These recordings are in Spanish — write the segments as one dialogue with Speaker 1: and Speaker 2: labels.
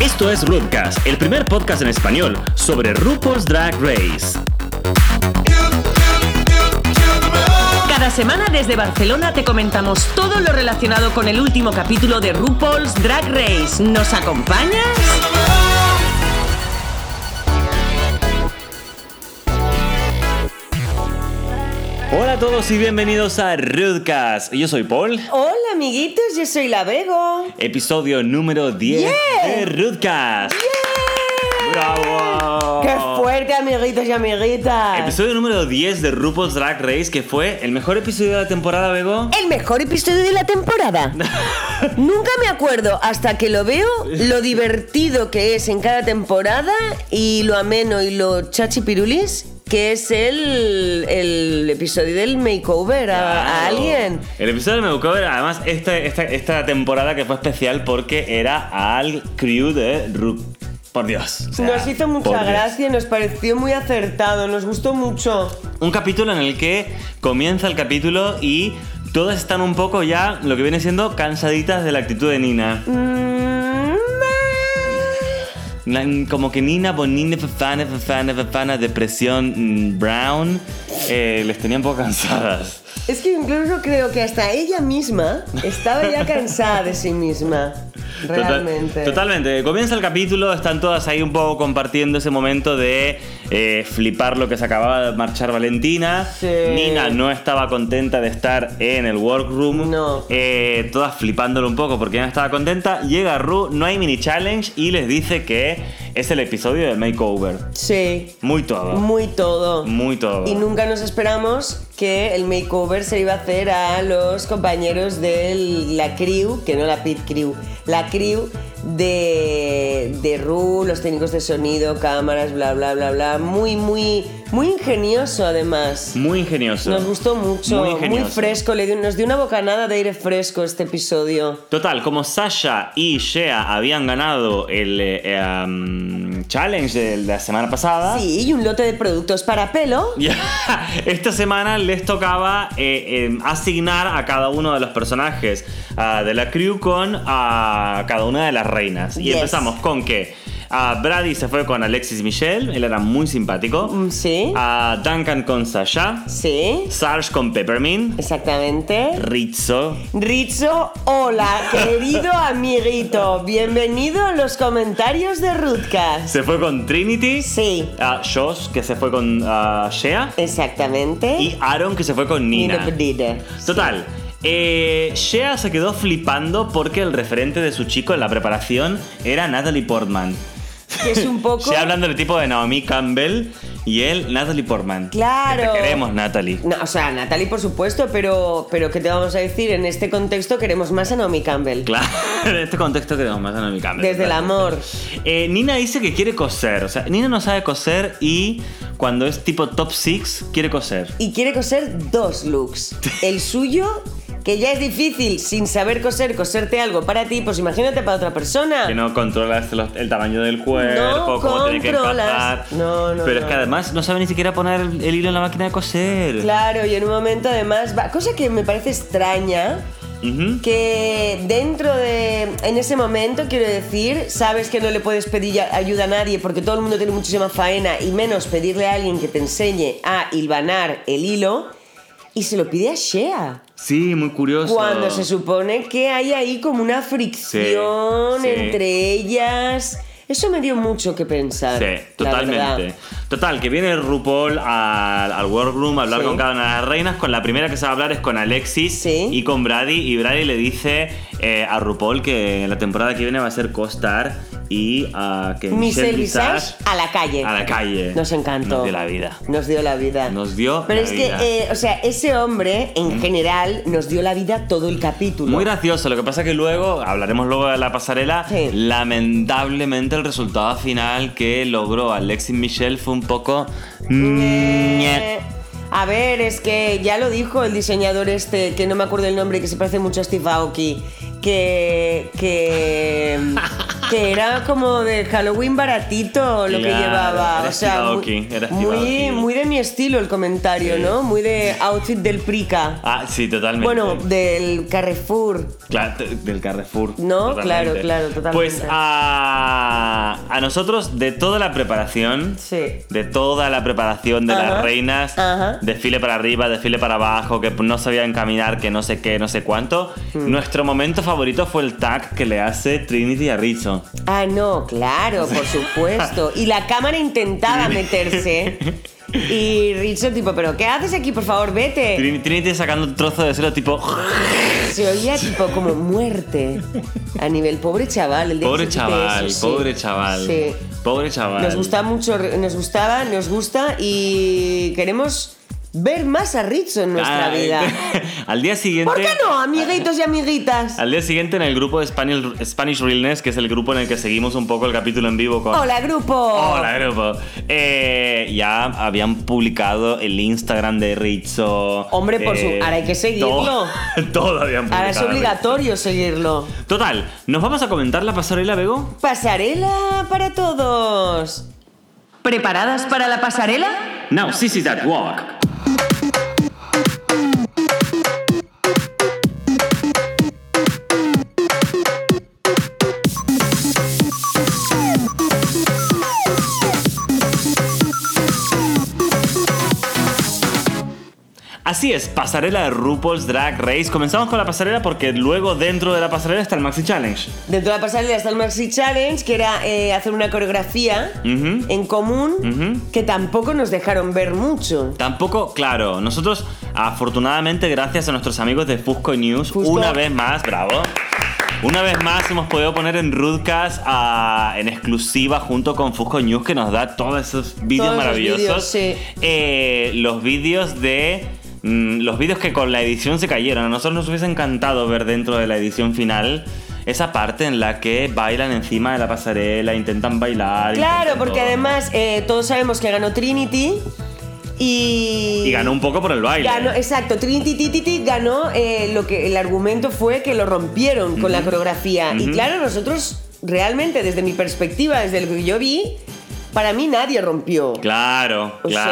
Speaker 1: Esto es Rubcast, el primer podcast en español sobre RuPaul's Drag Race.
Speaker 2: Cada semana desde Barcelona te comentamos todo lo relacionado con el último capítulo de RuPaul's Drag Race. ¿Nos acompañas?
Speaker 1: Hola a todos y bienvenidos a Rudcast. Yo soy Paul.
Speaker 3: Hola amiguitos, yo soy la Bego.
Speaker 1: Episodio número 10
Speaker 3: Yeah.
Speaker 1: de Rudcast. ¡Bravo!
Speaker 3: ¡Qué fuerte amiguitos y amiguitas!
Speaker 1: Oh. Episodio número 10 de RuPaul's Drag Race, que fue el mejor episodio de la temporada, Bego.
Speaker 3: El mejor episodio de la temporada. Nunca me acuerdo hasta que lo veo lo divertido que es en cada temporada y lo ameno y lo chachipirulis que es el, el episodio del makeover a, a alguien.
Speaker 1: El episodio de Cover, además, este- esta, esta temporada que fue especial porque era al crew de Ru. Por Dios. o sea,
Speaker 3: Nos hizo
Speaker 1: por
Speaker 3: mucha
Speaker 1: Dios.
Speaker 3: gracia, nos pareció muy acertado, nos gustó mucho.
Speaker 1: Un capítulo en el que comienza el capítulo y todas están un poco ya, lo que viene siendo, cansaditas de la actitud de Nina.
Speaker 3: Mm,
Speaker 1: La- Como que Nina, Bonina, Fafana, Fafana, Fafana, depresión, mm, Brown, eh, les tenía un poco cansadas.
Speaker 3: Es que incluso creo que hasta ella misma estaba ya cansada de sí misma.
Speaker 1: Total-
Speaker 3: Realmente.
Speaker 1: totalmente. Comienza el capítulo, están todas ahí un poco compartiendo ese momento de eh, flipar lo que se acababa de marchar Valentina.
Speaker 3: Sí.
Speaker 1: Nina no estaba contenta de estar en el workroom.
Speaker 3: No.
Speaker 1: Eh, todas flipándolo un poco porque no estaba contenta. Llega Ru, no hay mini challenge y les dice que es el episodio del makeover.
Speaker 3: Sí.
Speaker 1: Muy todo.
Speaker 3: Muy todo.
Speaker 1: Muy todo.
Speaker 3: Y nunca nos esperamos que el makeover se iba a hacer a los compañeros de la crew, que no la pit crew, la crew de, de Ru, los técnicos de sonido, cámaras, bla, bla, bla, bla. Muy, muy, muy ingenioso además.
Speaker 1: Muy ingenioso.
Speaker 3: Nos gustó mucho,
Speaker 1: Muy
Speaker 3: muy,
Speaker 1: ingenioso.
Speaker 3: fresco, le dio- nos dio una bocanada de aire fresco este episodio.
Speaker 1: Total, como Sasha y Shea habían ganado el eh, eh, um, challenge de la semana pasada.
Speaker 3: Sí, y un lote de productos para pelo.
Speaker 1: Ya, Esta semana les tocaba eh, eh, asignar a cada uno de los personajes ah, de la crew con a cada una de las reinas. Y
Speaker 3: Yes.
Speaker 1: empezamos con que ah, Brady se fue con Alexis Michelle, él era muy simpático.
Speaker 3: Mm, Sí,
Speaker 1: A Duncan con Sasha.
Speaker 3: sí,
Speaker 1: Sarge con Peppermint.
Speaker 3: exactamente.
Speaker 1: Rizzo.
Speaker 3: Rizzo, hola, querido amiguito. Bienvenido a los comentarios de Rutcast.
Speaker 1: Se fue con Trinity.
Speaker 3: Sí,
Speaker 1: A Josh, que se fue con ah, Shea.
Speaker 3: exactamente.
Speaker 1: Y Aaron, que se fue con Nina.
Speaker 3: Nina.
Speaker 1: Total. eh, Shea se quedó flipando porque el referente de su chico en la preparación era Natalie Portman.
Speaker 3: Que es un poco.
Speaker 1: Shea hablando del tipo de Naomi Campbell y él, Natalie Portman.
Speaker 3: Claro.
Speaker 1: Que te queremos, Natalie.
Speaker 3: No, o sea, Natalie, por supuesto, pero, pero ¿qué te vamos a decir? En este contexto queremos más a Naomi Campbell.
Speaker 1: Claro, en este contexto queremos más a Naomi Campbell.
Speaker 3: Desde el amor.
Speaker 1: Eh, Nina dice que quiere coser. O sea, Nina no sabe coser y cuando es tipo top 6 quiere coser.
Speaker 3: Y quiere coser dos looks. El suyo, que ya es difícil sin saber coser, coserte algo para ti, pues imagínate para otra persona.
Speaker 1: Que no controlas los- el tamaño del cuerpo,
Speaker 3: Ah. No
Speaker 1: cómo tiene que
Speaker 3: controlas.
Speaker 1: empatar.
Speaker 3: No, no,
Speaker 1: Pero es
Speaker 3: no.
Speaker 1: que además no sabe ni siquiera poner el, el hilo en la máquina de coser.
Speaker 3: Claro, y en un momento además, va- cosa que me parece extraña,
Speaker 1: Ujú.
Speaker 3: que dentro de, en ese momento quiero decir, sabes que no le puedes pedir a- ayuda a nadie porque todo el mundo tiene muchísima faena y menos pedirle a alguien que te enseñe a hilvanar el hilo y se lo pide a Shea.
Speaker 1: Sí, muy curioso.
Speaker 3: Cuando se supone que hay ahí como una fricción
Speaker 1: Sí, sí.
Speaker 3: entre ellas. Eso me dio mucho que pensar.
Speaker 1: Sí,
Speaker 3: la verdad.
Speaker 1: totalmente. Total, que viene RuPaul al, al Workroom a hablar
Speaker 3: Sí.
Speaker 1: con cada una de las reinas. Con la primera que se va a hablar es con Alexis
Speaker 3: Sí.
Speaker 1: y con Brady. Y Brady le dice eh, a RuPaul que la temporada que viene va a ser Costar y ah, que
Speaker 3: Michelle
Speaker 1: Michelle
Speaker 3: Visage
Speaker 1: Visage
Speaker 3: a la calle.
Speaker 1: a la calle.
Speaker 3: Nos encantó.
Speaker 1: Nos dio la vida.
Speaker 3: Nos dio la vida.
Speaker 1: Nos dio
Speaker 3: Pero
Speaker 1: la
Speaker 3: es
Speaker 1: vida. Mm.
Speaker 3: que, eh, o sea, ese hombre en general nos dio la vida todo el capítulo.
Speaker 1: Muy gracioso, lo que pasa que luego, hablaremos luego de la pasarela,
Speaker 3: Sí.
Speaker 1: lamentablemente el resultado final que logró Alexis Michel fue un poco... ñe.
Speaker 3: Eh, A ver, es que ya lo dijo el diseñador este, que no me acuerdo el nombre, que se parece mucho a Steve Aoki, que, que, que era como de Halloween baratito lo que
Speaker 1: Claro,
Speaker 3: llevaba.
Speaker 1: era
Speaker 3: o sea,
Speaker 1: estivadoki,
Speaker 3: muy,
Speaker 1: era
Speaker 3: muy,
Speaker 1: estivadoki.
Speaker 3: muy de mi estilo el comentario,
Speaker 1: Sí.
Speaker 3: ¿no? Muy de outfit del Prica.
Speaker 1: Ah, sí, totalmente.
Speaker 3: Bueno, del Carrefour.
Speaker 1: Claro, te- del Carrefour.
Speaker 3: No, claro, claro, totalmente.
Speaker 1: Pues a, a nosotros, de toda la preparación,
Speaker 3: Sí.
Speaker 1: de toda la preparación de
Speaker 3: Ajá,
Speaker 1: las reinas,
Speaker 3: ajá.
Speaker 1: desfile para arriba, desfile para abajo, que no sabían caminar, que no sé qué, no sé cuánto,
Speaker 3: Hmm.
Speaker 1: nuestro momento favorito fue el tag que le hace Trinity a Rizzo.
Speaker 3: Ah, no, claro, por supuesto. Y la cámara intentaba meterse. Y Richard, tipo, ¿pero qué haces aquí? Por favor, vete.
Speaker 1: Trin- Trinity sacando un trozo de cero tipo...
Speaker 3: Se oía, tipo, como muerte. A nivel, pobre chaval. El día
Speaker 1: Pobre
Speaker 3: que se quite
Speaker 1: chaval,
Speaker 3: eso, sí.
Speaker 1: pobre chaval.
Speaker 3: Sí.
Speaker 1: Pobre chaval.
Speaker 3: Nos gusta mucho, nos gustaba, nos gusta y queremos ver más a Richo en nuestra
Speaker 1: Ah,
Speaker 3: vida.
Speaker 1: Al día siguiente...
Speaker 3: ¿Por qué no, amiguitos y amiguitas?
Speaker 1: Al día siguiente en el grupo de Spanish, Spanish Realness, que es el grupo en el que seguimos un poco el capítulo en vivo con...
Speaker 3: Hola, grupo.
Speaker 1: Hola, grupo. Eh, ya habían publicado el Instagram de Rizzo.
Speaker 3: Hombre, por su- ahora hay que seguirlo.
Speaker 1: Todo, todo habían publicado.
Speaker 3: Ahora es obligatorio seguirlo.
Speaker 1: Total, ¿nos vamos a comentar la pasarela, Bego?
Speaker 3: Pasarela para todos.
Speaker 2: ¿Preparadas para la pasarela?
Speaker 1: Now, this is that walk. Así es, pasarela de RuPaul's Drag Race. Comenzamos con la pasarela porque luego dentro de la pasarela está el Maxi Challenge.
Speaker 3: Dentro de la pasarela está el Maxi Challenge, que era eh, hacer una coreografía
Speaker 1: Ujú.
Speaker 3: en común,
Speaker 1: Mm. Ujú.
Speaker 3: que tampoco nos dejaron ver mucho.
Speaker 1: Tampoco, claro, nosotros afortunadamente gracias a nuestros amigos de Fusco News,
Speaker 3: Fusco.
Speaker 1: una vez más, bravo. Una vez más hemos podido poner en Rudcast ah, en exclusiva junto con Fusco News que nos da todos esos vídeos
Speaker 3: Todos los
Speaker 1: maravillosos.
Speaker 3: vídeos, sí.
Speaker 1: Eh, los vídeos de... mm, los vídeos que con la edición se cayeron. A nosotros nos hubiese encantado ver dentro de la edición final esa parte en la que bailan encima de la pasarela, intentan bailar.
Speaker 3: Claro,
Speaker 1: intentan
Speaker 3: porque
Speaker 1: todo.
Speaker 3: además eh, todos sabemos que ganó Trinity y...
Speaker 1: Y ganó un poco por el baile.
Speaker 3: Ganó, exacto, Trinity Tititi ganó eh, lo que el argumento fue que lo rompieron con la coreografía. Y
Speaker 1: Ujú.
Speaker 3: claro, nosotros realmente, desde mi perspectiva, desde lo que yo vi, para mí nadie rompió.
Speaker 1: Claro,
Speaker 3: O
Speaker 1: claro.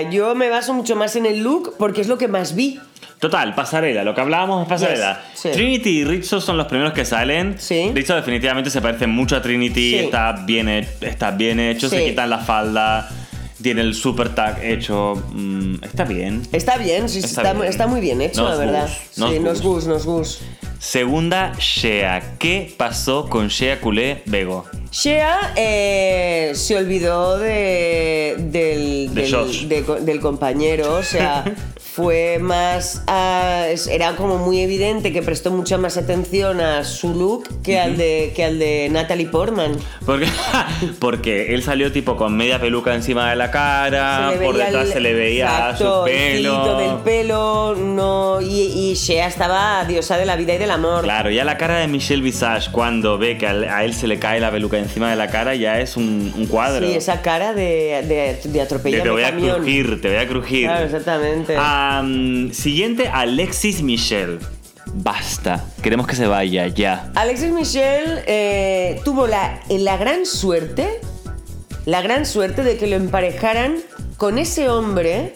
Speaker 3: sea, yo me baso mucho más en el look porque es lo que más vi.
Speaker 1: Total, pasarela, lo que hablábamos es pasarela.
Speaker 3: Yes, sí.
Speaker 1: Trinity y Rizzo son los primeros que salen.
Speaker 3: Sí.
Speaker 1: Rizzo definitivamente se parece mucho a Trinity,
Speaker 3: Sí.
Speaker 1: está, bien, he- está bien hecho, se
Speaker 3: Sí.
Speaker 1: quitan la falda, tiene el super tag hecho, mm, está bien.
Speaker 3: Está bien, sí, sí,
Speaker 1: Está
Speaker 3: está,
Speaker 1: bien.
Speaker 3: está muy bien hecho,
Speaker 1: Nos
Speaker 3: la verdad.
Speaker 1: gus, nos
Speaker 3: sí, nos
Speaker 1: gus.
Speaker 3: gus, nos gus.
Speaker 1: Segunda, Shea. ¿Qué pasó con Shea Culé Bego?
Speaker 3: Shea eh, se olvidó de, del,
Speaker 1: De
Speaker 3: del-
Speaker 1: Josh.
Speaker 3: de co- del compañero, o sea, fue más... a- es- era como muy evidente que prestó mucha más atención a su look que, al, de, que al de Natalie Portman.
Speaker 1: Porque, porque él salió tipo con media peluca encima de la cara,
Speaker 3: Se
Speaker 1: Ah,
Speaker 3: le
Speaker 1: por
Speaker 3: veía
Speaker 1: detrás
Speaker 3: el-
Speaker 1: se le veía
Speaker 3: exacto,
Speaker 1: su
Speaker 3: el
Speaker 1: pelo.
Speaker 3: hilito del pelo, no, y, y Shea estaba diosa de la vida y del amor.
Speaker 1: Claro, ya la cara de Michelle Visage cuando ve que al- a él se le cae la peluca encima de la cara ya es un, un cuadro.
Speaker 3: Sí, esa cara de, de, de
Speaker 1: De
Speaker 3: atropellar
Speaker 1: te
Speaker 3: un
Speaker 1: voy a
Speaker 3: camión.
Speaker 1: crujir, Ah. te voy a crujir.
Speaker 3: Claro, exactamente.
Speaker 1: Am, siguiente, Alexis Michelle. Basta, queremos que se vaya ya.
Speaker 3: Alexis Michel eh, tuvo la, la gran suerte, la gran suerte de que lo emparejaran con ese hombre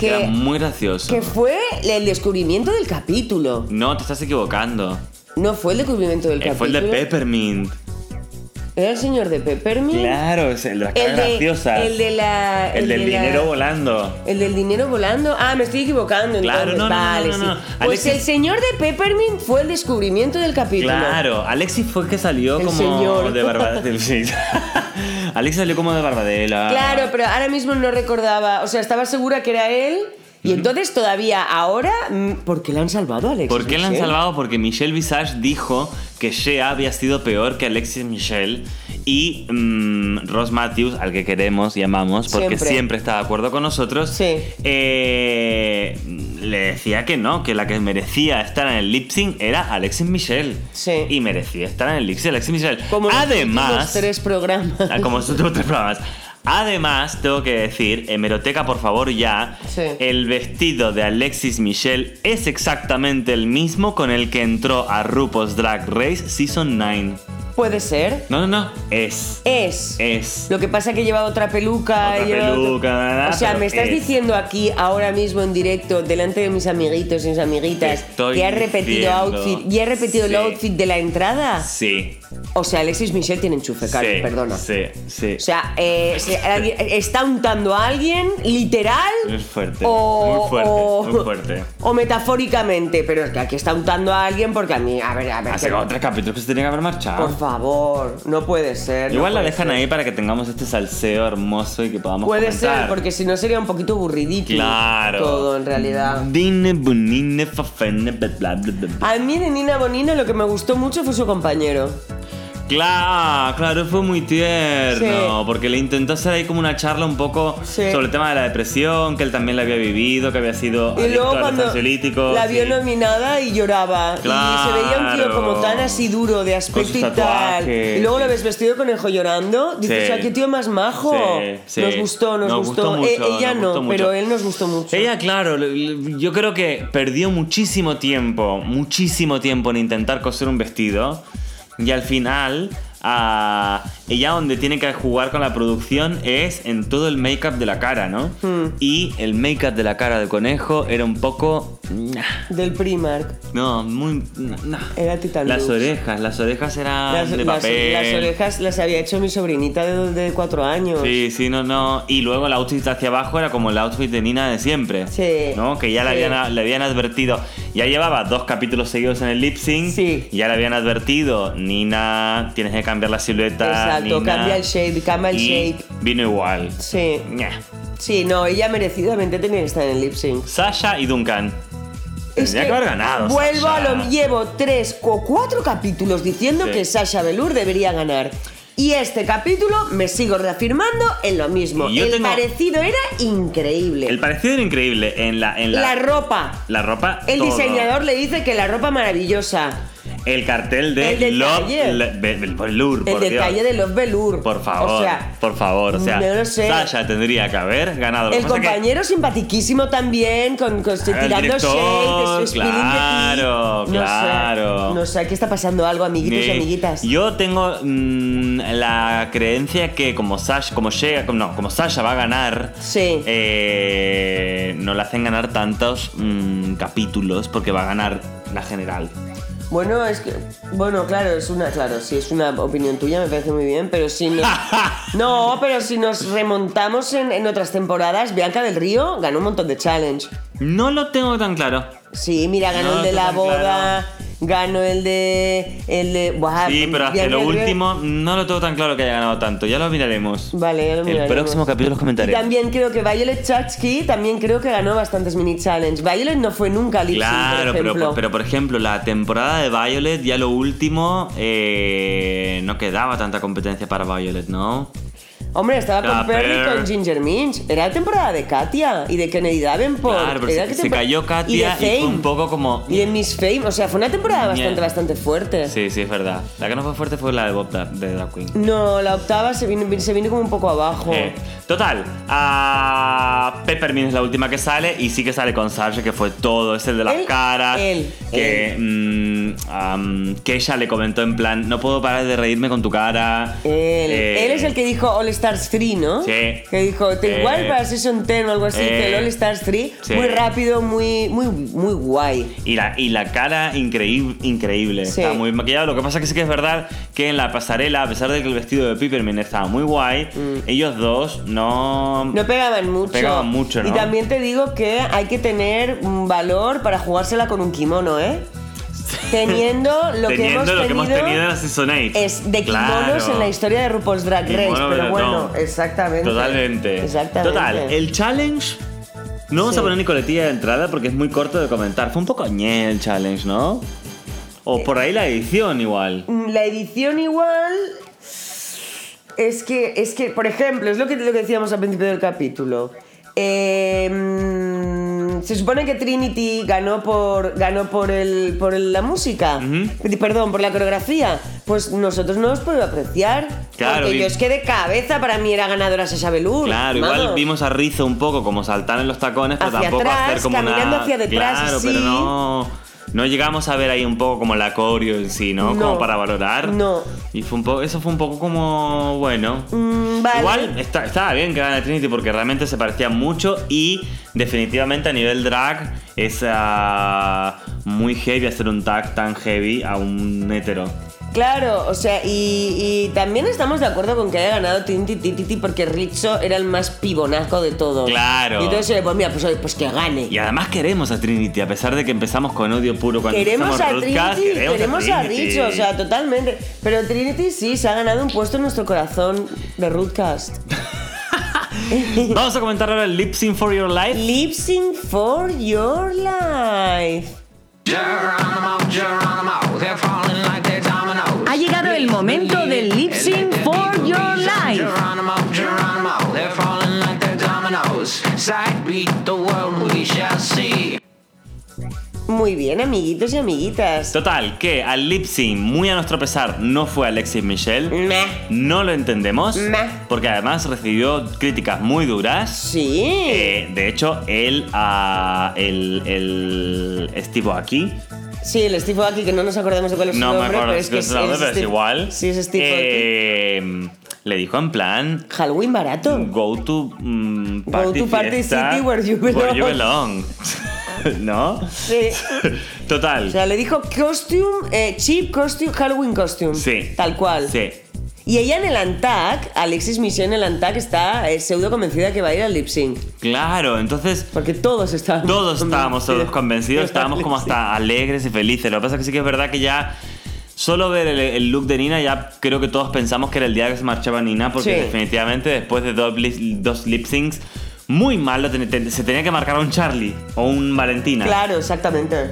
Speaker 1: Era
Speaker 3: que,
Speaker 1: muy gracioso.
Speaker 3: que fue el descubrimiento del capítulo.
Speaker 1: No, te estás equivocando.
Speaker 3: No fue el descubrimiento del
Speaker 1: Eh,
Speaker 3: capítulo.
Speaker 1: fue el de Peppermint.
Speaker 3: Era el señor de Peppermint.
Speaker 1: Claro, es el de las
Speaker 3: El
Speaker 1: caras
Speaker 3: de-
Speaker 1: graciosas.
Speaker 3: el de la-
Speaker 1: El,
Speaker 3: el
Speaker 1: del
Speaker 3: de la-
Speaker 1: dinero volando.
Speaker 3: El del dinero volando. Ah, me estoy equivocando.
Speaker 1: Claro,
Speaker 3: entonces.
Speaker 1: no, no, no,
Speaker 3: vale,
Speaker 1: no, no,
Speaker 3: sí.
Speaker 1: no.
Speaker 3: Pues
Speaker 1: Alexis-
Speaker 3: el señor de Peppermint fue el descubrimiento del capítulo.
Speaker 1: Claro, Alexis fue que salió
Speaker 3: El
Speaker 1: como
Speaker 3: señor.
Speaker 1: de Barbadela. Sí. Alexis salió como de Barbadela.
Speaker 3: Claro, pero ahora mismo no recordaba, o sea, estaba segura que era él. Y entonces todavía ahora, mm, ¿por qué la han salvado, Alex?
Speaker 1: ¿Por qué la han
Speaker 3: Michel?
Speaker 1: salvado? Porque Michelle Visage dijo que Shea había sido peor que Alexis Michelle y mm, Ross Matthews, al que queremos y amamos, porque siempre,
Speaker 3: Siempre.
Speaker 1: está de acuerdo con nosotros,
Speaker 3: Sí.
Speaker 1: eh, le decía que no, que la que merecía estar en el lip sync era Alexis Michelle.
Speaker 3: Sí.
Speaker 1: Y merecía estar en el lip sync Alexis Michelle.
Speaker 3: Como los últimos
Speaker 1: Además,
Speaker 3: tres programas.
Speaker 1: Ah, Como los últimos tres programas. Además, tengo que decir, hemeroteca por favor ya,
Speaker 3: Sí.
Speaker 1: el vestido de Alexis Michelle es exactamente el mismo con el que entró a RuPaul's Drag Race Season 9.
Speaker 3: Puede ser.
Speaker 1: No, no, no. Es.
Speaker 3: Es.
Speaker 1: Es.
Speaker 3: Lo que pasa es que lleva otra peluca.
Speaker 1: Otra
Speaker 3: lleva otro-
Speaker 1: peluca, nada, nada,
Speaker 3: O sea,
Speaker 1: pero
Speaker 3: me estás
Speaker 1: es.
Speaker 3: diciendo aquí, ahora mismo en directo, delante de mis amiguitos y mis amiguitas,
Speaker 1: Te estoy
Speaker 3: que has repetido
Speaker 1: diciendo.
Speaker 3: outfit. ¿Y has repetido
Speaker 1: Sí.
Speaker 3: el outfit de la entrada?
Speaker 1: Sí.
Speaker 3: O sea, Alexis Michel tiene enchufe, Carlos,
Speaker 1: sí,
Speaker 3: perdona.
Speaker 1: Sí, sí.
Speaker 3: O sea, eh, se- alguien- está untando a alguien, literal.
Speaker 1: es fuerte.
Speaker 3: O,
Speaker 1: muy fuerte.
Speaker 3: o-
Speaker 1: muy fuerte.
Speaker 3: o metafóricamente, pero es que aquí está untando a alguien porque a mí, a ver, a ver.
Speaker 1: Hace
Speaker 3: que-
Speaker 1: como tres capítulos que se tenía que haber marchado.
Speaker 3: por favor, no puede ser. no
Speaker 1: Igual la
Speaker 3: puede
Speaker 1: dejan
Speaker 3: ser.
Speaker 1: ahí para que tengamos este salseo hermoso y que podamos
Speaker 3: Puede
Speaker 1: comentar.
Speaker 3: ser, porque si no sería un poquito aburridito
Speaker 1: Claro.
Speaker 3: todo en realidad.
Speaker 1: Dine, bunine, fafene, bla, bla, bla, bla, bla.
Speaker 3: A mí de Nina Bonina lo que me gustó mucho fue su compañero.
Speaker 1: Claro, claro, fue muy tierno,
Speaker 3: Sí.
Speaker 1: porque le intentó hacer ahí como una charla un poco
Speaker 3: Sí.
Speaker 1: sobre el tema de la depresión, que él también la había vivido, que había sido
Speaker 3: Y
Speaker 1: adicto
Speaker 3: luego
Speaker 1: a los
Speaker 3: cuando
Speaker 1: ansiolíticos,
Speaker 3: la vio
Speaker 1: y-
Speaker 3: nominada y lloraba. Y se veía un tío
Speaker 1: Claro.
Speaker 3: como tan así duro de aspecto
Speaker 1: sus
Speaker 3: y tal.
Speaker 1: tatuajes.
Speaker 3: Y luego lo ves vestido de conejo llorando. Dices,
Speaker 1: Sí.
Speaker 3: "Ah, qué tío más majo.
Speaker 1: Sí, sí.
Speaker 3: Nos gustó, nos,
Speaker 1: Nos
Speaker 3: gustó.
Speaker 1: gustó
Speaker 3: Eh,
Speaker 1: mucho,
Speaker 3: ella
Speaker 1: nos
Speaker 3: no,
Speaker 1: gustó mucho.
Speaker 3: pero él nos gustó mucho.
Speaker 1: Ella, claro, le- le- yo creo que perdió muchísimo tiempo, muchísimo tiempo en intentar coser un vestido. Y al final, ah, ella donde tiene que jugar con la producción es en todo el make-up de la cara, ¿no?
Speaker 3: Hmm.
Speaker 1: Y el make-up de la cara de conejo era un poco... nah,
Speaker 3: Del Primark.
Speaker 1: No, muy... nah.
Speaker 3: Era Titan
Speaker 1: Las
Speaker 3: Lux.
Speaker 1: orejas, las orejas eran
Speaker 3: Las,
Speaker 1: de
Speaker 3: las-
Speaker 1: papel.
Speaker 3: las orejas las había hecho mi sobrinita de, de cuatro años.
Speaker 1: Sí, sí, no, no. Y luego el outfit hacia abajo era como el outfit de Nina de siempre.
Speaker 3: Sí,
Speaker 1: ¿No? Que ya le,
Speaker 3: sí.
Speaker 1: habían, le habían advertido. Ya llevaba dos capítulos seguidos en el lip sync.
Speaker 3: Sí.
Speaker 1: Ya le habían advertido. Nina, tienes que cambiar la silueta.
Speaker 3: Exacto,
Speaker 1: Nina.
Speaker 3: cambia el shape, cambia el
Speaker 1: Y
Speaker 3: shape.
Speaker 1: Vino igual.
Speaker 3: Sí.
Speaker 1: Ña.
Speaker 3: Sí, no, ella merecidamente tenía que estar en el lip sync.
Speaker 1: Sasha y Duncan. Tendría que, haber ganado.
Speaker 3: Vuelvo
Speaker 1: Sasha.
Speaker 3: a lo llevo tres o cuatro capítulos diciendo
Speaker 1: Sí.
Speaker 3: que Sasha Velour debería ganar. Y este capítulo me sigo reafirmando en lo mismo.
Speaker 1: Y yo
Speaker 3: El
Speaker 1: tengo-
Speaker 3: parecido era increíble.
Speaker 1: El parecido era increíble. En la, en la,
Speaker 3: La ropa.
Speaker 1: la ropa.
Speaker 3: El
Speaker 1: todo.
Speaker 3: diseñador le dice que la ropa maravillosa.
Speaker 1: El cartel de
Speaker 3: El detalle.
Speaker 1: Love. Le- Be- Be- Velour,
Speaker 3: El
Speaker 1: por Dios.
Speaker 3: detalle de los Velour.
Speaker 1: Por favor,
Speaker 3: O sea,
Speaker 1: por favor, o sea,
Speaker 3: no lo sé.
Speaker 1: Sasha tendría que haber ganado. Lo que
Speaker 3: el
Speaker 1: pasa es que,
Speaker 3: compañero simpatiquísimo también, con, con-
Speaker 1: el
Speaker 3: tirando
Speaker 1: director,
Speaker 3: shade, su spilling de ti.
Speaker 1: claro,
Speaker 3: No sé,
Speaker 1: claro.
Speaker 3: no sé, aquí está pasando algo, amiguitos y
Speaker 1: eh,
Speaker 3: amiguitas.
Speaker 1: Yo tengo mm, la creencia que como Sasha, como llega, como- no, como Sasha va a ganar,
Speaker 3: Sí.
Speaker 1: eh, no le hacen ganar tantos mm, capítulos porque va a ganar la general.
Speaker 3: Bueno, es que. Bueno, claro, es una. Claro, si es una opinión tuya, me parece muy bien, pero si no. no, pero si nos remontamos en, en otras temporadas, Bianca del Río ganó un montón de challenge.
Speaker 1: No lo tengo tan claro.
Speaker 3: Sí, mira, ganó
Speaker 1: No,
Speaker 3: el de la
Speaker 1: claro.
Speaker 3: boda, ganó el de. El de. Buah,
Speaker 1: Sí, pero hacia
Speaker 3: Bianca
Speaker 1: lo
Speaker 3: del Río-
Speaker 1: último no lo tengo tan claro que haya ganado tanto. Ya lo miraremos.
Speaker 3: Vale, ya lo
Speaker 1: El
Speaker 3: miraremos.
Speaker 1: próximo capítulo los
Speaker 3: Y
Speaker 1: comentaré.
Speaker 3: también creo que Violet Chachki también creo que ganó bastantes mini challenge. Violet no fue nunca lip sync,
Speaker 1: Claro,
Speaker 3: por ejemplo.
Speaker 1: pero, pero por ejemplo, la temporada de Violet, ya lo último, eh, no quedaba tanta competencia para Violet, ¿no?
Speaker 3: Hombre, estaba con
Speaker 1: Capper.
Speaker 3: Perry y con Ginger Minch. Era la temporada de Katia y de Kennedy Davenport.
Speaker 1: claro, pero
Speaker 3: Era
Speaker 1: se,
Speaker 3: que
Speaker 1: se
Speaker 3: tempor-
Speaker 1: cayó Katia
Speaker 3: y, de
Speaker 1: y, fue
Speaker 3: Fame.
Speaker 1: un poco como.
Speaker 3: Y de Miss Fame. O sea, fue una temporada bastante,
Speaker 1: Ñe.
Speaker 3: bastante fuerte.
Speaker 1: Sí, sí, es verdad. La que no fue fuerte fue la de Bob Da- de Drag Queen.
Speaker 3: No, la octava se vino, se vino como un poco abajo.
Speaker 1: Eh, total, a Peppermint es la última que sale y sí que sale con Sasha, que fue todo, es el de las
Speaker 3: Él,
Speaker 1: caras.
Speaker 3: él,
Speaker 1: que, mm, am, que ella le comentó en plan, no puedo parar de reírme con tu cara.
Speaker 3: Él,
Speaker 1: Eh,
Speaker 3: él es el que dijo All Stars 3, ¿no?
Speaker 1: Sí.
Speaker 3: Que dijo, te
Speaker 1: Eh.
Speaker 3: igual para Season 10 o algo así,
Speaker 1: Eh.
Speaker 3: que el All Stars 3,
Speaker 1: Sí.
Speaker 3: muy rápido, muy, muy, muy guay.
Speaker 1: Y la, y la cara increíble, increíble.
Speaker 3: Sí.
Speaker 1: Estaba muy maquillado. Lo que pasa que sí que es verdad que en la pasarela, a pesar de que el vestido de Peppermint estaba muy guay, ellos dos no...
Speaker 3: Mm. No pegaban mucho.
Speaker 1: Pegaban mucho,
Speaker 3: Y
Speaker 1: ¿no?
Speaker 3: también te digo que hay que tener un valor para jugársela con un kimono, ¿eh? Teniendo lo, que,
Speaker 1: teniendo
Speaker 3: hemos
Speaker 1: lo
Speaker 3: tenido
Speaker 1: que hemos tenido en la Season 8.
Speaker 3: es de kimonos
Speaker 1: Claro.
Speaker 3: en la historia de RuPaul's Drag Race,
Speaker 1: Kimono
Speaker 3: pero
Speaker 1: de
Speaker 3: bueno,
Speaker 1: Tom.
Speaker 3: exactamente.
Speaker 1: Totalmente.
Speaker 3: Exactamente.
Speaker 1: Total, el challenge... No vamos
Speaker 3: Sí.
Speaker 1: a poner Nicoletilla de entrada porque es muy corto de comentar. Fue un poco ñe el challenge, ¿no?
Speaker 3: Eh,
Speaker 1: O por ahí la edición igual.
Speaker 3: Mm, La edición igual es que es que, por ejemplo, es lo que, lo que decíamos al principio del capítulo. Eh, mm, se supone que Trinity ganó por ganó por el por el- la música, Di- perdón, por la coreografía. Pues nosotros no os podido apreciar.
Speaker 1: Claro,
Speaker 3: porque
Speaker 1: y-
Speaker 3: yo es que de cabeza para mí era ganadora Sasha Velour.
Speaker 1: Claro, igual
Speaker 3: vamos.
Speaker 1: vimos a Rizzo un poco como saltar en los tacones, pero
Speaker 3: Hacia
Speaker 1: tampoco
Speaker 3: atrás,
Speaker 1: hacer como
Speaker 3: caminando
Speaker 1: una...
Speaker 3: hacia detrás,
Speaker 1: claro,
Speaker 3: así.
Speaker 1: pero no... No llegamos a ver ahí un poco como la coreo en sí, ¿no?
Speaker 3: No.
Speaker 1: Como para valorar.
Speaker 3: No.
Speaker 1: Y fue un poco, eso fue un poco como, bueno.
Speaker 3: Mm, vale.
Speaker 1: Igual está- estaba bien que ganara Trinity porque realmente se parecía mucho y definitivamente a nivel drag es ah, muy heavy hacer un tag tan heavy a un hetero.
Speaker 3: Claro, o sea, y, y también estamos de acuerdo con que haya ganado Tinti Tititi porque Richo era el más pibonazo de todos.
Speaker 1: Claro.
Speaker 3: Y entonces, pues mira, pues, oye, pues que gane.
Speaker 1: Y además queremos a Trinity, a pesar de que empezamos con odio puro cuando
Speaker 3: Queremos a
Speaker 1: empezamos
Speaker 3: Trinity,
Speaker 1: Rootcast,
Speaker 3: queremos, a,
Speaker 1: Trinity.
Speaker 3: Richo, o sea, totalmente. Pero Trinity sí, se ha ganado un puesto en nuestro corazón de Rootcast.
Speaker 1: Vamos a comentar ahora el Lip Sync for Your Life.
Speaker 3: Lipsing for your life.
Speaker 4: Geronimo, Geronimo, they're falling like they're dominoes.
Speaker 2: Ha llegado el momento del lip sync for your life.
Speaker 4: Geronimo, Geronimo, they're falling like they're dominoes. Side beat the world, we shall see.
Speaker 3: Muy bien, amiguitos y amiguitas.
Speaker 1: Total, que al Lip Sync, muy a nuestro pesar, no fue Alexis Michel.
Speaker 3: Meh.
Speaker 1: No lo entendemos,
Speaker 3: Nah.
Speaker 1: porque además recibió críticas muy duras.
Speaker 3: Sí.
Speaker 1: Eh, de hecho, él, ah, el, el Steve aquí.
Speaker 3: Sí, el Steve Aoki, que no nos acordamos de cuál es su
Speaker 1: No me
Speaker 3: nombre,
Speaker 1: acuerdo
Speaker 3: pero
Speaker 1: si
Speaker 3: es que
Speaker 1: es su nombre, pero es
Speaker 3: Steve-
Speaker 1: igual.
Speaker 3: Sí, es Steve
Speaker 1: Eh, le dijo en plan,
Speaker 3: Aoki. Halloween barato.
Speaker 1: Go to mm,
Speaker 3: Go
Speaker 1: party
Speaker 3: to party
Speaker 1: fiesta,
Speaker 3: city where you
Speaker 1: Where you belong.
Speaker 3: belong.
Speaker 1: ¿No?
Speaker 3: Sí.
Speaker 1: Total.
Speaker 3: Eh, O sea, le dijo costume, eh, cheap costume, Halloween costume.
Speaker 1: sí.
Speaker 3: Tal cual.
Speaker 1: Sí.
Speaker 3: Y ella en el Antac, Alexis Michel en el Antac está eh, pseudo convencida que va a ir al lip sync.
Speaker 1: Claro, entonces
Speaker 3: Porque todos estábamos.
Speaker 1: todos estábamos todos convencidos,
Speaker 3: de
Speaker 1: estábamos como
Speaker 3: Alexis.
Speaker 1: hasta alegres y felices. Lo que pasa es que sí que es verdad que ya solo ver el, el look de Nina ya creo que todos pensamos que era el día que se marchaba Nina porque
Speaker 3: Sí.
Speaker 1: definitivamente después de dos, li- dos lip syncs muy mal lo ten- ten- se tenía que marcar a un Charlie o un Valentina.
Speaker 3: Claro, exactamente.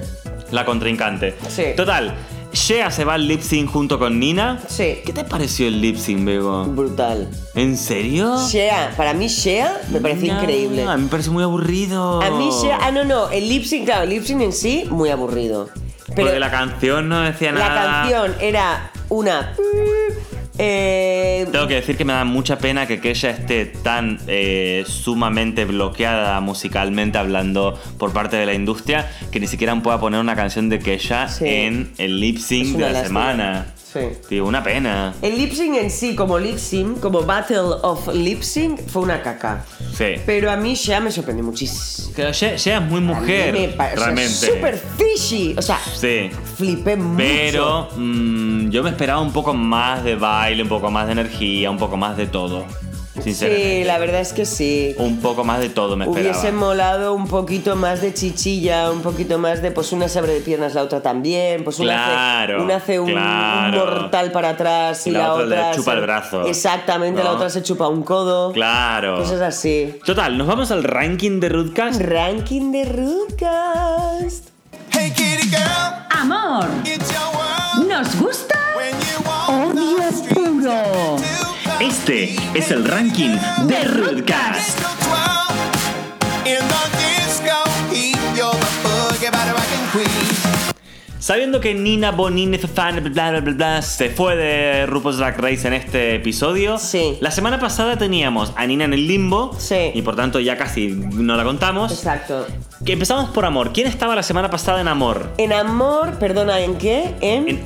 Speaker 1: la contrincante.
Speaker 3: Sí.
Speaker 1: Total, Shea se va al lip sync junto con Nina.
Speaker 3: Sí.
Speaker 1: ¿Qué te pareció el lip sync, Bego?
Speaker 3: Brutal.
Speaker 1: ¿En serio?
Speaker 3: Shea, para mí Shea me parece
Speaker 1: No,
Speaker 3: increíble.
Speaker 1: A mí me parece muy aburrido.
Speaker 3: A mí Shea. Ah, no, no. El lip sync, claro, el lip sync en sí, muy aburrido. Pero
Speaker 1: Porque la canción no decía
Speaker 3: la
Speaker 1: nada.
Speaker 3: canción era una. eh,
Speaker 1: Tengo que decir que me da mucha pena que Kesha esté tan eh, sumamente bloqueada musicalmente hablando por parte de la industria que ni siquiera pueda poner una canción de Kesha
Speaker 3: Sí.
Speaker 1: en el lip
Speaker 3: Es
Speaker 1: sync de
Speaker 3: una
Speaker 1: la
Speaker 3: lástima.
Speaker 1: semana.
Speaker 3: Sí.
Speaker 1: Tío, una pena.
Speaker 3: El lip sync en sí, como lip sync, como Battle of Lip Sync, fue una caca.
Speaker 1: Sí.
Speaker 3: Pero a mí Shea me sorprendió muchísimo.
Speaker 1: Pero Shea, Shea es muy mujer.
Speaker 3: A mí me pare- o sea,
Speaker 1: realmente.
Speaker 3: Súper fishy. O sea,
Speaker 1: Sí.
Speaker 3: flipé mucho.
Speaker 1: Pero mm, yo me esperaba un poco más de baile, un poco más de energía, un poco más de todo. Sinceramente.
Speaker 3: Sí, la verdad es que sí.
Speaker 1: Un poco más de todo me esperaba.
Speaker 3: Hubiese molado un poquito más de chichilla, un poquito más de pues una se abre de piernas, la otra también, pues una
Speaker 1: Claro,
Speaker 3: hace, una hace un, un
Speaker 1: claro.
Speaker 3: mortal para atrás y la, otra,
Speaker 1: le chupa
Speaker 3: se-
Speaker 1: el brazo,
Speaker 3: Exactamente, la
Speaker 1: ¿no?
Speaker 3: otra se chupa un codo.
Speaker 1: Claro.
Speaker 3: Cosas así.
Speaker 1: Total, nos vamos al ranking de Rootcast.
Speaker 3: Ranking de Rootcast.
Speaker 5: Hey kitty girl,
Speaker 2: Amor,
Speaker 5: it's your world.
Speaker 2: nos gusta
Speaker 5: When you walk
Speaker 2: odio
Speaker 5: the street,
Speaker 2: puro.
Speaker 5: do
Speaker 1: Este es el ranking de Rootcast.
Speaker 5: Disco twirl. In the disco heat, you're the boogie body rocking queen.
Speaker 1: Sabiendo que Nina Bonin fan bla bla bla bla se fue de RuPaul's Drag Race en este episodio.
Speaker 3: Sí.
Speaker 1: La semana pasada teníamos a Nina en el limbo.
Speaker 3: Sí.
Speaker 1: Y por tanto ya casi no la contamos.
Speaker 3: Exacto.
Speaker 1: Que empezamos por amor. ¿Quién estaba la semana pasada en amor?
Speaker 3: En amor, perdona, ¿en qué? En,
Speaker 1: En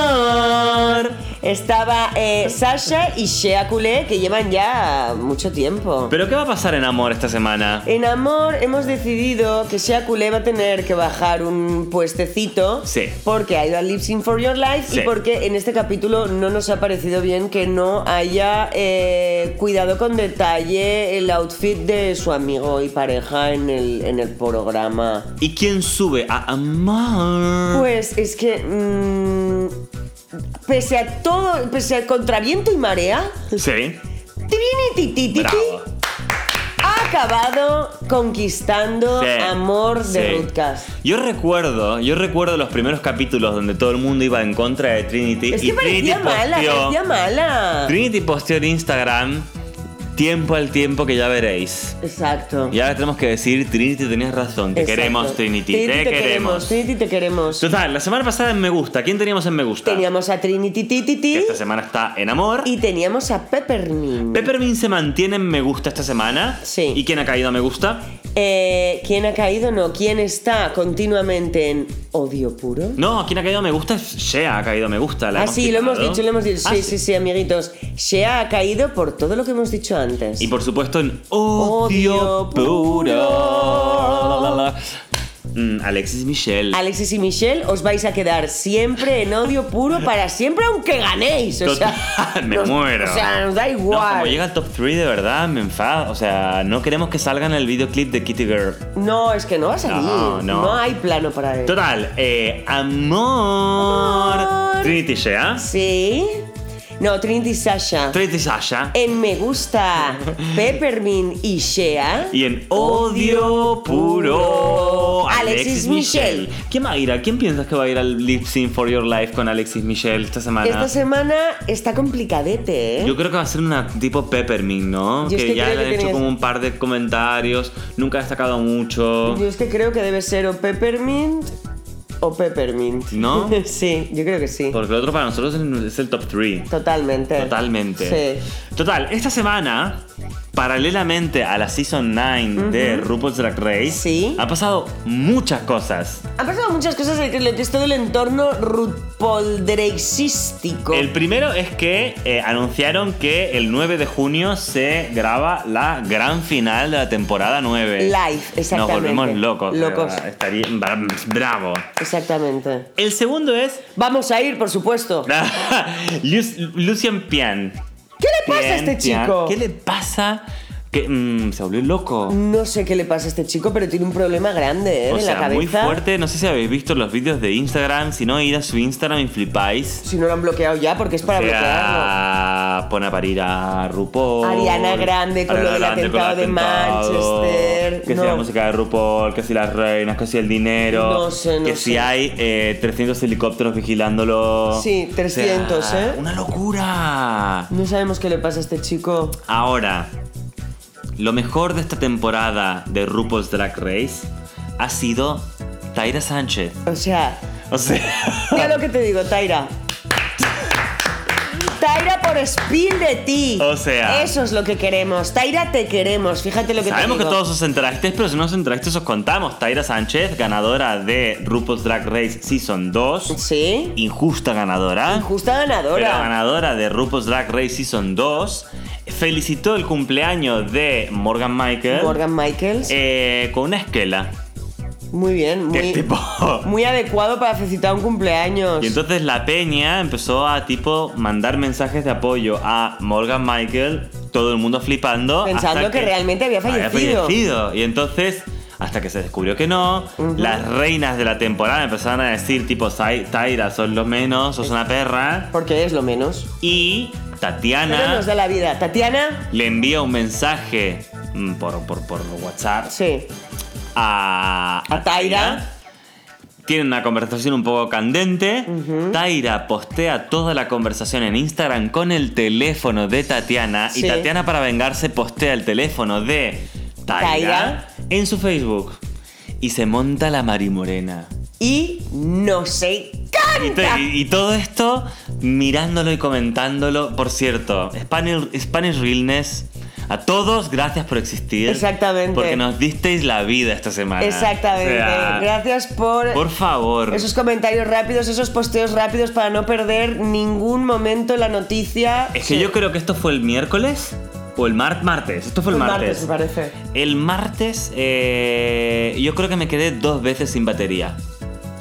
Speaker 1: amor.
Speaker 3: estaba eh, Sasha y Shea Coulee que llevan ya mucho tiempo.
Speaker 1: ¿Pero qué va a pasar en amor esta semana?
Speaker 3: En amor hemos decidido que Shea Coulee va a tener que bajar un puestecito
Speaker 1: Sí.
Speaker 3: porque ha ido a Lip Sync for Your Life
Speaker 1: Sí.
Speaker 3: y porque en este capítulo no nos ha parecido bien que no haya eh, cuidado con detalle el outfit de su amigo y pareja en el, en el programa.
Speaker 1: ¿Y quién sube a amor?
Speaker 3: Pues es que... mm, pese a todo, pese al contraviento y marea,
Speaker 1: Sí.
Speaker 3: Trinity Tititi
Speaker 1: Bravo.
Speaker 3: ha acabado conquistando
Speaker 1: Sí,
Speaker 3: amor de
Speaker 1: sí.
Speaker 3: Rootcast.
Speaker 1: Yo recuerdo, yo recuerdo los primeros capítulos donde todo el mundo iba en contra de Trinity.
Speaker 3: Es
Speaker 1: y
Speaker 3: que parecía
Speaker 1: Trinity
Speaker 3: mala,
Speaker 1: posteó,
Speaker 3: parecía mala.
Speaker 1: Trinity posteó en Instagram tiempo al tiempo que ya veréis.
Speaker 3: Exacto.
Speaker 1: Y ahora tenemos que decir, Trinity, tenías razón. Te
Speaker 3: Exacto.
Speaker 1: queremos, Trinity. te, queremos.
Speaker 3: Trinity, te queremos.
Speaker 1: Total, la semana pasada en Me Gusta. ¿Quién teníamos en Me Gusta?
Speaker 3: Teníamos a Trinity
Speaker 1: Que
Speaker 3: Tititi
Speaker 1: Esta semana está en Amor.
Speaker 3: y teníamos a Peppermint.
Speaker 1: Peppermint se mantiene en Me Gusta esta semana.
Speaker 3: Sí.
Speaker 1: ¿Y quién ha caído a Me Gusta?
Speaker 3: eh, ¿Quién ha caído? No, ¿quién está continuamente en odio puro?
Speaker 1: No, ¿quién ha caído? Me gusta. Shea ha caído, me gusta. La
Speaker 3: Ah, sí, lo hemos
Speaker 1: quitado.
Speaker 3: dicho, lo hemos dicho.
Speaker 1: Ah,
Speaker 3: Sí, sí, sí, amiguitos. Shea ha caído por todo lo que hemos dicho antes.
Speaker 1: Y por supuesto en Odio,
Speaker 3: Odio
Speaker 1: Puro.
Speaker 3: Puro.
Speaker 1: La, la, la. Mm, Alexis Michel.
Speaker 3: Alexis y Michelle, os vais a quedar siempre en odio puro para siempre, aunque ganéis. O sea,
Speaker 1: Total, me
Speaker 3: nos-
Speaker 1: muero.
Speaker 3: O sea, nos da
Speaker 1: No, como
Speaker 3: igual.
Speaker 1: llega al top 3, de verdad, me enfada. O sea, no queremos que salga en el videoclip de Kitty Girl.
Speaker 3: No, es que no va a salir.
Speaker 1: No,
Speaker 3: No,
Speaker 1: no.
Speaker 3: hay plano para él.
Speaker 1: Total, eh, amor.
Speaker 3: Amor.
Speaker 1: Trinity Shea.
Speaker 3: Sí. No, Trinity y Sasha.
Speaker 1: Trinity Sasha.
Speaker 3: En Me Gusta, Peppermint y Shea.
Speaker 1: Y en Odio Puro, Alexis Michel. ¿Quién va a ir? a- ¿Quién piensas que va a ir al Lip Sync for Your Life con Alexis Michel esta semana?
Speaker 3: Esta semana está complicadete, ¿eh?
Speaker 1: Yo creo que va a ser una tipo Peppermint, ¿no?
Speaker 3: Yo es que
Speaker 1: ya
Speaker 3: creo
Speaker 1: le
Speaker 3: que
Speaker 1: han hecho
Speaker 3: tenías-
Speaker 1: como un par de comentarios, nunca ha destacado mucho.
Speaker 3: Yo es que creo que debe ser o Peppermint o Peppermint.
Speaker 1: ¿No?
Speaker 3: sí, yo creo que sí.
Speaker 1: Porque el otro para nosotros es el top 3.
Speaker 3: Totalmente.
Speaker 1: Totalmente.
Speaker 3: Sí.
Speaker 1: Total, esta semana, paralelamente a la Season 9 de RuPaul's Drag Race,
Speaker 3: Sí.
Speaker 1: han pasado muchas cosas.
Speaker 3: Han pasado muchas cosas de lo que es todo el entorno rupoldrexístico.
Speaker 1: El primero es que eh, anunciaron que el 9 de junio se graba la gran final de la temporada 9.
Speaker 3: Live,
Speaker 1: Nos
Speaker 3: exactamente.
Speaker 1: volvemos locos. de
Speaker 3: Locos.
Speaker 1: verdad. Estaría bra- bravo.
Speaker 3: Exactamente.
Speaker 1: El segundo es
Speaker 3: Vamos a ir, por supuesto.
Speaker 1: Lu- Lucian Pian.
Speaker 3: ¿Qué le pasa a este
Speaker 1: Pian,
Speaker 3: chico?
Speaker 1: ¿Qué le pasa? Que mm, se volvió loco.
Speaker 3: No sé qué le pasa a este chico, pero tiene un problema grande ¿eh?
Speaker 1: o
Speaker 3: de
Speaker 1: sea,
Speaker 3: la cabeza.
Speaker 1: muy fuerte. No sé si habéis visto los vídeos de Instagram. Si no, id a su Instagram y flipáis.
Speaker 3: Si no lo han bloqueado ya, porque es para
Speaker 1: O sea,
Speaker 3: bloquearlo.
Speaker 1: pone a parir a RuPaul.
Speaker 3: Ariana Grande con lo del
Speaker 1: Grande con el
Speaker 3: atentado de
Speaker 1: atentado,
Speaker 3: Manchester.
Speaker 1: Que si
Speaker 3: No.
Speaker 1: la música de RuPaul, que si las reinas, que si el dinero.
Speaker 3: No sé, no
Speaker 1: Que si
Speaker 3: sé.
Speaker 1: hay eh, 300 helicópteros vigilándolo.
Speaker 3: Sí,
Speaker 1: O sea,
Speaker 3: 300, ¿eh?
Speaker 1: Una locura.
Speaker 3: No sabemos qué le pasa a este chico.
Speaker 1: Ahora, lo mejor de esta temporada de RuPaul's Drag Race ha sido Taira Sánchez.
Speaker 3: O sea,
Speaker 1: O sea,
Speaker 3: mira lo que te digo, Taira. Taira por spin de ti.
Speaker 1: O sea.
Speaker 3: Eso es lo que queremos. Taira te queremos. Fíjate lo que
Speaker 1: sabemos
Speaker 3: te
Speaker 1: que
Speaker 3: digo.
Speaker 1: todos os entrasteis, pero si no os entrasteis os contamos. Taira Sánchez, ganadora de RuPaul's Drag Race Season 2.
Speaker 3: Sí.
Speaker 1: Injusta ganadora.
Speaker 3: Justa ganadora.
Speaker 1: Pero ganadora de RuPaul's Drag Race Season 2. Felicitó el cumpleaños de Morgan Michael.
Speaker 3: Morgan Michaels.
Speaker 1: eh, con una esquela.
Speaker 3: muy bien,
Speaker 1: Que
Speaker 3: muy,
Speaker 1: tipo.
Speaker 3: muy adecuado para felicitar un cumpleaños.
Speaker 1: Y entonces la peña empezó a tipo mandar mensajes de apoyo a Morgan Michael, todo el mundo flipando.
Speaker 3: Pensando
Speaker 1: hasta
Speaker 3: que realmente había fallecido.
Speaker 1: fallecido. Y entonces, hasta que se descubrió que no,
Speaker 3: Ujú.
Speaker 1: las reinas de la temporada empezaron a decir tipo, "Sai- Tyra, sos lo menos, sos una perra.
Speaker 3: Porque es lo menos.
Speaker 1: Y
Speaker 3: Pero nos da
Speaker 1: Tatiana
Speaker 3: la vida. Tatiana.
Speaker 1: le envía un mensaje mm, por, por, por WhatsApp
Speaker 3: Sí.
Speaker 1: a,
Speaker 3: A Taira.
Speaker 1: Tienen una conversación un poco candente. Taira postea toda la conversación en Instagram con el teléfono de Tatiana. Y
Speaker 3: Sí.
Speaker 1: Tatiana, para vengarse, postea el teléfono de Taira,
Speaker 3: Taira.
Speaker 1: en su Facebook. Y se monta la marimorena.
Speaker 3: Y no se
Speaker 1: Y, to-
Speaker 3: canta.
Speaker 1: y- y todo esto mirándolo y comentándolo. Por cierto, Spanish, Spanish Realness. A todos, gracias por existir.
Speaker 3: Exactamente.
Speaker 1: Porque nos disteis la vida esta semana.
Speaker 3: Exactamente.
Speaker 1: O sea,
Speaker 3: Gracias por,
Speaker 1: Por favor.
Speaker 3: esos comentarios rápidos, esos posteos rápidos para no perder ningún momento la noticia.
Speaker 1: Es que yo creo que esto fue el miércoles o el mar- martes. Esto fue el, martes.
Speaker 3: me parece.
Speaker 1: El martes eh, yo creo que me quedé dos veces sin batería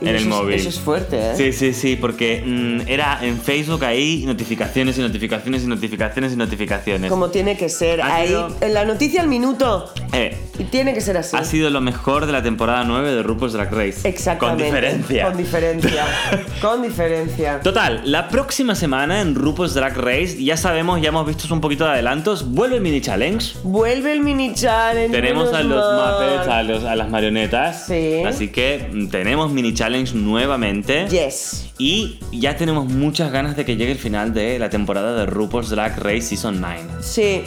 Speaker 3: Y
Speaker 1: en
Speaker 3: eso
Speaker 1: el
Speaker 3: es-
Speaker 1: móvil.
Speaker 3: Eso es fuerte, ¿eh?
Speaker 1: Sí, sí, sí, porque mm, era en Facebook ahí notificaciones y notificaciones y notificaciones y notificaciones.
Speaker 3: Como tiene que ser.
Speaker 1: Ha
Speaker 3: Ahí,
Speaker 1: sido-
Speaker 3: en la noticia al minuto.
Speaker 1: Eh,
Speaker 3: Y tiene que ser así.
Speaker 1: Ha sido lo mejor de la temporada 9 de RuPaul's Drag Race.
Speaker 3: Exactamente.
Speaker 1: Con diferencia.
Speaker 3: Con diferencia. con diferencia.
Speaker 1: Total, la próxima semana en RuPaul's Drag Race, ya sabemos, ya hemos visto un poquito de adelantos, vuelve el mini challenge.
Speaker 3: Vuelve el mini challenge.
Speaker 1: Tenemos a
Speaker 3: menos
Speaker 1: los
Speaker 3: mal.
Speaker 1: Muppets, a, los- a las marionetas.
Speaker 3: Sí.
Speaker 1: Así que mm, tenemos mini challenge nuevamente.
Speaker 3: Yes.
Speaker 1: Y ya tenemos muchas ganas de que llegue el final de la temporada de RuPaul's Drag Race Season 9.
Speaker 3: Sí.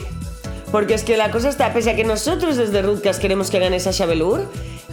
Speaker 3: Porque es que la cosa está, pese a que nosotros desde Rutcas queremos que gane Sasha Velour,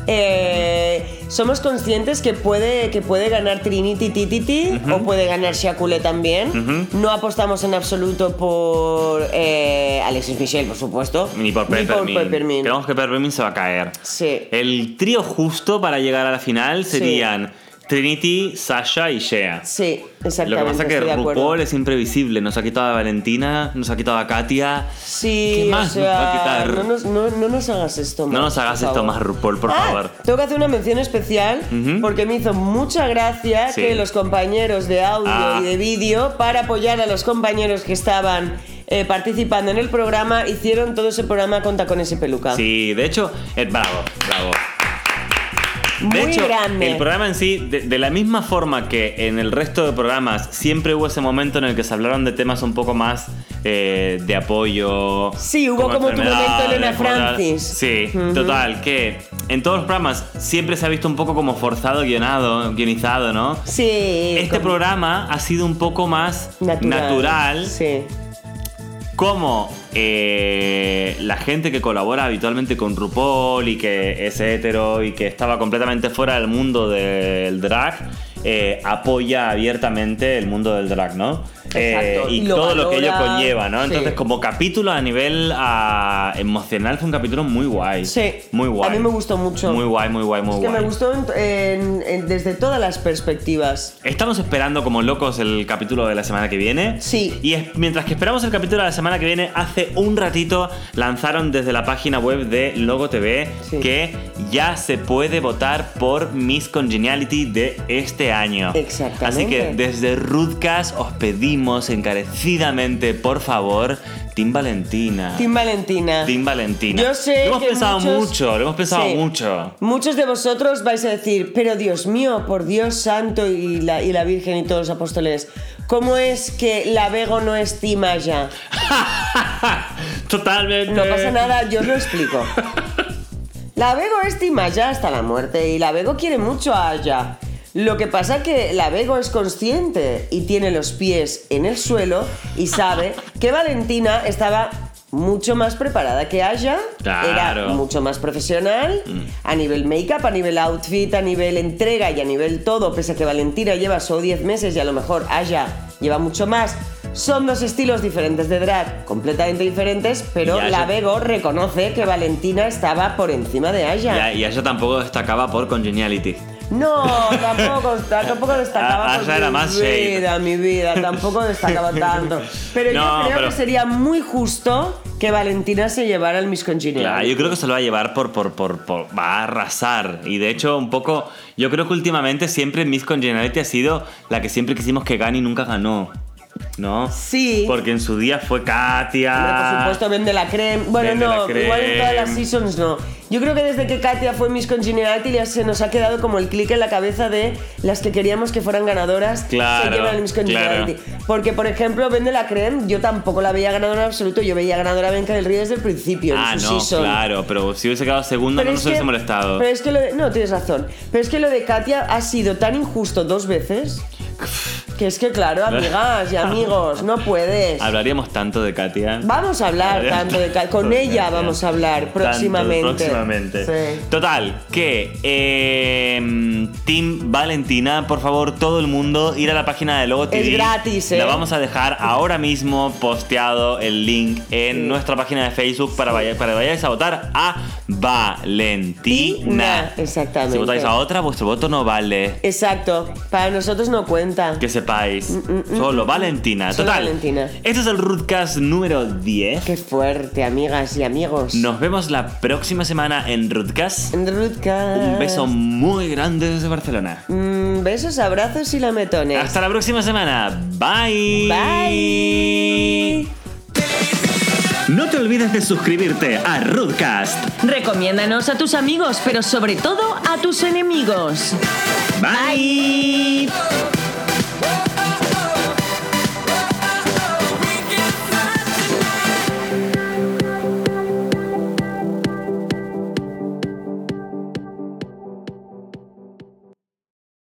Speaker 3: eh, somos conscientes que puede, que puede ganar Trinity Tititi o puede ganar Shakulé también.
Speaker 1: Ujú.
Speaker 3: No apostamos en absoluto por eh, Alexis Michel, por supuesto.
Speaker 1: Ni por Peppermint.
Speaker 3: Peppermint.
Speaker 1: Creemos que Peppermint se va a caer.
Speaker 3: Sí.
Speaker 1: El trío justo para llegar a la final
Speaker 3: Sí.
Speaker 1: serían Trinity, Sasha y Shea.
Speaker 3: Sí, exactamente.
Speaker 1: Lo que pasa es que
Speaker 3: estoy de acuerdo.
Speaker 1: RuPaul es imprevisible. Nos ha quitado a Valentina, nos ha quitado a Katia.
Speaker 3: Sí,
Speaker 1: ¿Qué más
Speaker 3: o
Speaker 1: nos va a
Speaker 3: sea,
Speaker 1: quitar?
Speaker 3: no nos, no- no nos hagas esto más.
Speaker 1: No nos hagas
Speaker 3: por
Speaker 1: esto
Speaker 3: favor.
Speaker 1: más, RuPaul, por
Speaker 3: Ah,
Speaker 1: favor.
Speaker 3: Tengo que hacer una mención especial
Speaker 1: Ujú.
Speaker 3: porque me hizo mucha gracia
Speaker 1: Sí.
Speaker 3: que los compañeros de audio
Speaker 1: Ah.
Speaker 3: y de vídeo, para apoyar a los compañeros que estaban eh, participando en el programa, hicieron todo ese programa con tacones y peluca.
Speaker 1: Sí, de hecho, eh, bravo, bravo.
Speaker 3: Muy
Speaker 1: De hecho,
Speaker 3: grande.
Speaker 1: el programa en sí, de, de la misma forma que en el resto de programas, siempre hubo ese momento en el que se hablaron de temas un poco más eh, de apoyo.
Speaker 3: Sí, hubo como tu
Speaker 1: enfermedades,
Speaker 3: momento, Elena
Speaker 1: como tal.
Speaker 3: Francis.
Speaker 1: Sí,
Speaker 3: Ujú.
Speaker 1: total, que en todos los programas siempre se ha visto un poco como forzado, guionado, guionizado, ¿no?
Speaker 3: Sí,
Speaker 1: Este
Speaker 3: con-
Speaker 1: programa ha sido un poco más
Speaker 3: natural.
Speaker 1: natural
Speaker 3: Sí.
Speaker 1: como eh, la gente que colabora habitualmente con RuPaul y que es hetero y que estaba completamente fuera del mundo del drag, eh, apoya abiertamente el mundo del drag, ¿no? Eh,
Speaker 3: Exacto,
Speaker 1: y
Speaker 3: y lo
Speaker 1: todo lo que ello
Speaker 3: valora,
Speaker 1: conlleva, ¿no?
Speaker 3: sí.
Speaker 1: Entonces, como capítulo a nivel ah, emocional, fue un capítulo muy guay.
Speaker 3: Sí.
Speaker 1: Muy guay.
Speaker 3: A mí me gustó mucho.
Speaker 1: Muy guay, muy guay, muy
Speaker 3: Es que
Speaker 1: guay.
Speaker 3: me gustó en- en- en- desde todas las perspectivas.
Speaker 1: Estamos esperando como locos el capítulo de la semana que viene.
Speaker 3: Sí.
Speaker 1: Y es- mientras que esperamos el capítulo de la semana que viene, hace un ratito lanzaron desde la página web de Logo TV
Speaker 3: Sí.
Speaker 1: que ya se puede votar por Miss Congeniality de este año.
Speaker 3: Exactamente.
Speaker 1: Así que desde Rudcast os pedimos encarecidamente, por favor, Team Valentina.
Speaker 3: Team Valentina.
Speaker 1: Team Valentina.
Speaker 3: Yo sé
Speaker 1: Lo hemos
Speaker 3: que
Speaker 1: pensado
Speaker 3: muchos-
Speaker 1: mucho, lo hemos pensado
Speaker 3: Sí.
Speaker 1: mucho.
Speaker 3: Muchos de vosotros vais a decir, pero Dios mío, por Dios santo y la, y la Virgen y todos los apóstoles, ¿cómo es que la Vego no es Team Aya?
Speaker 1: Totalmente.
Speaker 3: No pasa nada, yo os lo explico. La Vego es Team Aya hasta la muerte y la Vego quiere mucho a Aya. Lo que pasa que la Vego es consciente y tiene los pies en el suelo y sabe que Valentina estaba mucho más preparada que Aya. Era
Speaker 1: Claro.
Speaker 3: mucho más profesional
Speaker 1: Mm.
Speaker 3: a nivel make-up, a nivel outfit, a nivel entrega y a nivel todo. Pese a que Valentina lleva solo 10 meses y a lo mejor Aya lleva mucho más. Son dos estilos diferentes de drag, completamente diferentes, pero
Speaker 1: Y Aya-
Speaker 3: la Vego reconoce que Valentina estaba por encima de Aya.
Speaker 1: Y a, y a ella tampoco destacaba por Congeniality.
Speaker 3: No, tampoco, tampoco destacaba
Speaker 1: Ah,
Speaker 3: por
Speaker 1: ya era más
Speaker 3: mi
Speaker 1: shade.
Speaker 3: vida, mi vida, tampoco destacaba tanto. Pero
Speaker 1: No,
Speaker 3: yo creo
Speaker 1: pero-
Speaker 3: que sería muy justo que Valentina se llevara el Miss Congeniality.
Speaker 1: Claro, yo creo que se lo va a llevar por, por, por, por- Va a arrasar. Y de hecho, un poco. Yo creo que últimamente siempre Miss Congeniality ha sido la que siempre quisimos que gane y nunca ganó. ¿No?
Speaker 3: Sí.
Speaker 1: Porque en su día fue Katia.
Speaker 3: Hombre, por supuesto, vende la creme. Bueno,
Speaker 1: Vende
Speaker 3: no,
Speaker 1: la
Speaker 3: igual en todas las
Speaker 1: creme.
Speaker 3: seasons no. Yo creo que desde que Katia fue Miss Congeniality ya se nos ha quedado como el clic en la cabeza de las que queríamos que fueran ganadoras
Speaker 1: Claro,
Speaker 3: se llevan el Miss Congeniality. Porque, por ejemplo, vende la creme, yo tampoco la veía ganadora en absoluto. Yo veía ganadora a Bianca del Río desde el principio,
Speaker 1: Ah,
Speaker 3: en su
Speaker 1: no,
Speaker 3: season.
Speaker 1: claro, pero si hubiese quedado segunda no
Speaker 3: es
Speaker 1: nos hubiese
Speaker 3: que-
Speaker 1: molestado.
Speaker 3: Pero es que lo de, no, tienes razón. Pero es que lo de Katia ha sido tan injusto dos veces que es que, claro, amigas y amigos, no puedes.
Speaker 1: Hablaríamos tanto de Katia.
Speaker 3: Vamos a hablar
Speaker 1: Hablaríamos
Speaker 3: tanto de Katia. Con
Speaker 1: de
Speaker 3: ella
Speaker 1: Katia.
Speaker 3: vamos a hablar
Speaker 1: Tanto,
Speaker 3: próximamente.
Speaker 1: próximamente.
Speaker 3: Sí.
Speaker 1: Total, que eh, Team Valentina, por favor, todo el mundo ir a la página de Logo TV.
Speaker 3: gratis, ¿eh?
Speaker 1: La vamos a dejar ahora mismo posteado el link en nuestra página de Facebook para, vaya- para que vayáis a votar a Valentina.
Speaker 3: Tina, exactamente.
Speaker 1: Si votáis a otra, vuestro voto no vale.
Speaker 3: Exacto. Para nosotros no cuenta.
Speaker 1: Que
Speaker 3: Mm,
Speaker 1: sepáis. Solo Valentina.
Speaker 3: Solo
Speaker 1: Total.
Speaker 3: Valentina.
Speaker 1: Este es el Rootcast número 10.
Speaker 3: Qué fuerte, amigas y amigos.
Speaker 1: Nos vemos la próxima semana en Rootcast.
Speaker 3: En Rutgers.
Speaker 1: Un beso muy grande desde Barcelona.
Speaker 3: Mm, besos, abrazos y lametones.
Speaker 1: Hasta la próxima semana. Bye.
Speaker 3: Bye.
Speaker 1: No te olvides de suscribirte a Rootcast.
Speaker 2: Recomiéndanos a tus amigos, pero sobre todo a tus enemigos.
Speaker 1: Bye.